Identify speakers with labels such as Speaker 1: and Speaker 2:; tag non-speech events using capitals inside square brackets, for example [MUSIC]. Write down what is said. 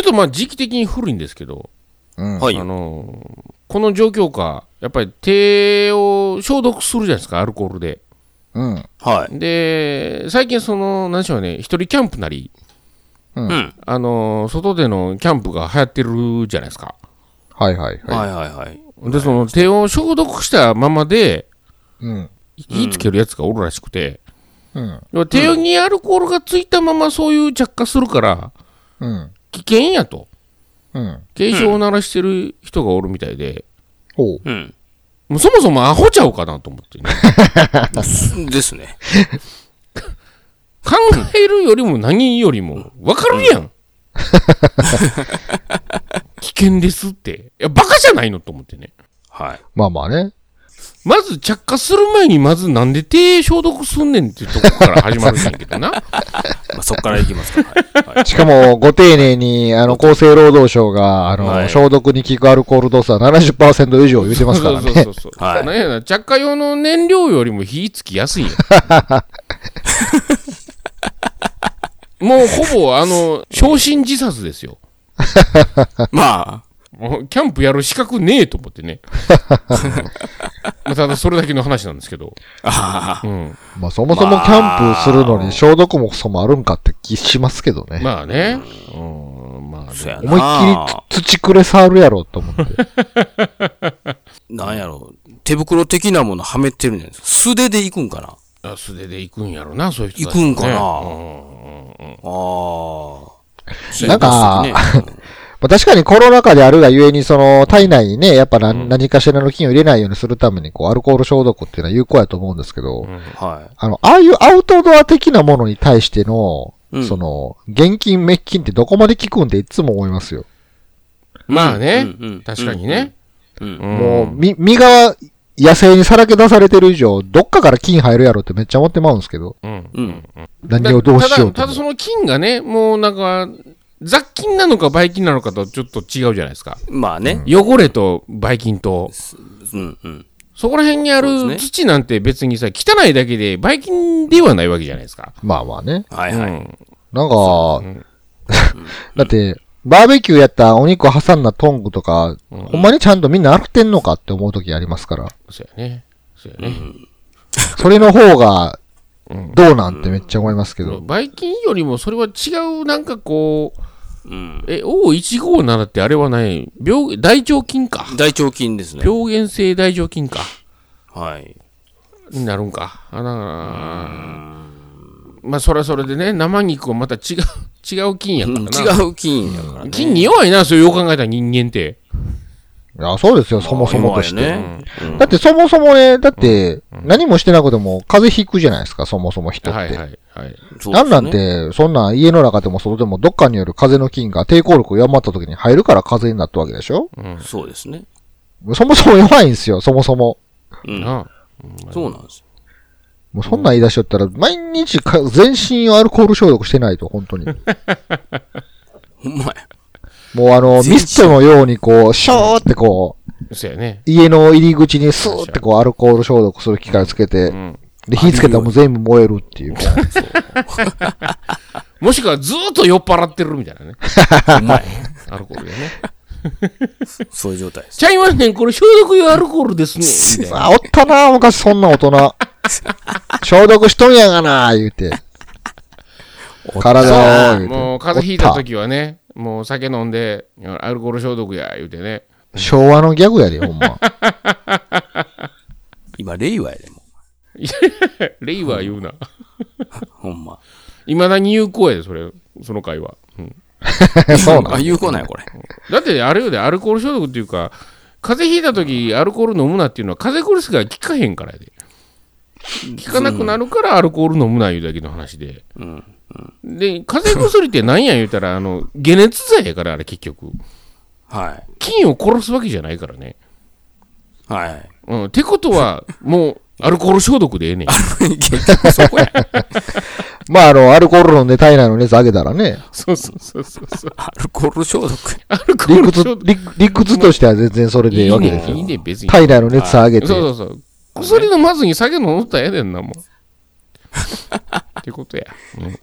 Speaker 1: っとまあ時期的に古いんですけど、
Speaker 2: うん。
Speaker 3: はい
Speaker 1: あ。のーこの状況下、やっぱり手を消毒するじゃないですか、アルコールで。
Speaker 2: うん。
Speaker 3: はい。
Speaker 1: で、最近その、何でしょうね、一人キャンプなり、
Speaker 2: うん
Speaker 3: うん。
Speaker 1: あのー外でのキャンプが流行ってるじゃないですか。
Speaker 2: はいはいは
Speaker 3: はいはいはい。
Speaker 1: で、その手を消毒したままで、
Speaker 2: い。うん。
Speaker 1: 火つけるやつがおるらしくて、
Speaker 2: うん。
Speaker 1: 要は手にアルコールがついたままそういう着火するから、
Speaker 2: うん。
Speaker 1: 危険やと。
Speaker 2: うん。
Speaker 1: 警鐘を鳴らしてる人がおるみたいで、
Speaker 2: ほう。
Speaker 3: うん。
Speaker 1: もうそもそもアホちゃうかなと思ってね。
Speaker 3: ですね。
Speaker 1: 考えるよりも何よりも分かるや
Speaker 2: [LAUGHS]
Speaker 1: ん。危険ですって。いや、バカじゃないのと思ってね。
Speaker 3: はい。
Speaker 2: まあまあ
Speaker 1: [LAUGHS]
Speaker 2: ね。
Speaker 1: まず着火する前に、まずなんで手消毒すんねんっていうとこから始まるんやけどな。
Speaker 3: まあ、そこからいきますか。はい。はい
Speaker 2: しかも、ご丁寧に、あの、厚生労働省が、あの、
Speaker 3: はい
Speaker 2: 消毒に効くアルコール度数は70%以上言うてますから
Speaker 1: そうそ
Speaker 2: ね。
Speaker 1: うそうそう。
Speaker 3: はい
Speaker 1: なんやな、着火用の燃料よりも火つきやすいやん。
Speaker 2: [LAUGHS]
Speaker 1: もうほぼ、あの、焼身自殺ですよ。
Speaker 3: [LAUGHS] まあ、
Speaker 1: もうキャンプやる資格ねえと思
Speaker 2: [LAUGHS]
Speaker 1: ってね。まあただそれだけの話なんですけど。
Speaker 3: あ
Speaker 1: うん。
Speaker 2: まあそもそもキャンプするのに消毒もそもあるんかって気しますけどね。
Speaker 1: まあね。うん。まあ
Speaker 3: あ、そ
Speaker 1: ね
Speaker 3: や。
Speaker 2: 思いっ
Speaker 3: な。
Speaker 2: きり土くれ触るやろと思って。
Speaker 3: なんやろう。手袋的なものはめてるんじゃないですか。素手で行くんかな。
Speaker 1: あ素手で行くんやろな、そういう人
Speaker 3: 行
Speaker 1: た
Speaker 3: く
Speaker 1: ちね
Speaker 3: んかな。
Speaker 1: うん
Speaker 3: ああ。
Speaker 2: なん
Speaker 3: 火
Speaker 2: か
Speaker 3: ですね
Speaker 2: まあ、確かにコロナ禍であるがゆえに、その、体内にね、やっぱ何,、何かしらの菌を入れないようにするために、こう、アルコール消毒っていうのは有効やと思うんですけど、
Speaker 3: は
Speaker 2: あの、ああいうアウトドア的なものに対しての、
Speaker 3: うん
Speaker 2: その、現金、滅菌ってどこまで効くんでいつも思いますよ。
Speaker 1: まあね
Speaker 3: うんうん。
Speaker 1: 確かにね。
Speaker 3: い。うん。
Speaker 2: も
Speaker 1: も
Speaker 2: う、み、身が野生にさらけ出されてる以上、どっかから菌入るやろってめっちゃ思ってまうんですけど、
Speaker 1: うん。うん。
Speaker 3: うん。
Speaker 2: 何をどうしよ
Speaker 1: ただ、た
Speaker 2: うと
Speaker 1: だ
Speaker 2: も。
Speaker 1: その菌がね、もうなんか、雑菌なのかばい菌なのかとちょっと違うじゃないですか。
Speaker 3: まあね。
Speaker 1: 汚れとばい菌と、
Speaker 3: うんうん。
Speaker 1: そこら辺に
Speaker 3: そ
Speaker 1: あ
Speaker 3: う
Speaker 1: る
Speaker 3: ですね
Speaker 1: 土なんて別にさ、汚いだけで、ばい菌ではないわけじゃないですか。
Speaker 2: まあまあね。
Speaker 3: はいは
Speaker 1: う
Speaker 3: い。
Speaker 1: ん
Speaker 2: なん [LAUGHS] か、だって、バーベキューやったお肉挟んだトングとか、ほんまにちゃんとみんな洗ってんのかって思う時ありますから、
Speaker 1: そうやね。そうやね。
Speaker 2: それの方が、どうなんてめっちゃ思いますけど。
Speaker 1: ばい菌よりもそれは違う、なんかこう、
Speaker 3: うん。
Speaker 1: え、O157 ってあれはない、病、大腸菌か。
Speaker 3: 大腸菌ですね。
Speaker 1: 病原性大腸菌か。
Speaker 3: はい。
Speaker 1: になるんか。あなまあ、それはそれでね、生肉はまた違う、違 [LAUGHS] う菌や
Speaker 3: う
Speaker 1: から
Speaker 3: ん
Speaker 1: な。
Speaker 3: [LAUGHS] 違う菌やからね。
Speaker 1: 菌に弱いな、そういうよう考えたら人間って。
Speaker 2: いや、そうですよ、そもそもとして。
Speaker 3: 弱いね。うん
Speaker 2: だってそもそもね、だって、何もしてなくても風邪ひくじゃないですか、そもそも人って。
Speaker 1: はいはいはい。
Speaker 3: そうです
Speaker 2: な
Speaker 3: ね
Speaker 2: んなんて、そんなん家の中でも外でもどっかによる風の菌が抵抗力を弱まった時に入るから風邪になったわけでしょ
Speaker 3: そうですね。
Speaker 2: そもそも弱いんですよ、そもそも。
Speaker 3: うん。
Speaker 1: な
Speaker 3: そうなんです。
Speaker 2: もうそんなん言い出しとったら、毎日か全身をアルコール消毒してないと、本当に。
Speaker 3: ほんまや。
Speaker 2: もうあの、
Speaker 3: 全身
Speaker 2: ミストのようにこう、シャーってこう、
Speaker 1: あそうやね。
Speaker 2: 家の入り口にスーってこう、アルコール消毒する機械をつけて、
Speaker 1: ん
Speaker 2: で、火つけたらもう全部燃えるっていう。
Speaker 1: もしくはずーっと酔っ払ってるみたいなね。
Speaker 3: ほんまや。
Speaker 1: アルコールで
Speaker 3: [LAUGHS]
Speaker 1: ね。
Speaker 3: そういう状態です。
Speaker 1: ちゃいますねん、これ消毒用アルコー
Speaker 3: [LAUGHS]
Speaker 1: ルですね。みたいな
Speaker 2: あ、おったな、昔そんな大人。消毒しとんやがな、言うて。体を、言うて。
Speaker 1: もう風邪ひいた
Speaker 2: おっ
Speaker 1: 時はね、もう酒飲んで、アルコール消毒や、言うてね。
Speaker 2: た昭和のギャグやで、ほんま。 [LAUGHS]
Speaker 3: 今、令和やでも
Speaker 1: レイは言うな。
Speaker 3: う。ほんま。
Speaker 1: いまだに有効やで、それ、その会話。うん
Speaker 2: そうな
Speaker 3: あ、
Speaker 2: ん
Speaker 3: 有効なんや、これ。
Speaker 1: だって、あれよで、アルコール消毒っていうか、風邪ひいた時アルコール飲むなっていうのは、風邪苦しが効かへんからやで。効かなくなるからアルコール飲むな言うだけの話で。
Speaker 3: うん。
Speaker 1: で、風邪薬って何や言うた [LAUGHS] ら、あの、解熱剤やから、あれ結局。
Speaker 3: はい。
Speaker 1: 菌を殺すわけじゃないからね。
Speaker 3: はい。 [LAUGHS]
Speaker 1: うん。ってことは、もう、アルコール消毒でええねん。
Speaker 3: 結局そこや。
Speaker 2: まあ、あの、アルコール飲んで体内の熱上げたらね、
Speaker 1: そうそうそうそうそう。
Speaker 3: アルコール消毒。
Speaker 1: アルコー
Speaker 2: 理
Speaker 1: ル
Speaker 2: 屈
Speaker 1: 消、毒。
Speaker 2: 理理屈としては全然それでいいわけです
Speaker 1: い
Speaker 2: よ。
Speaker 1: いねん、別に。
Speaker 2: 体内の熱上げて。
Speaker 1: そうそうそう。薬飲まずに酒飲んだらええねんな、もう。ってことや。うん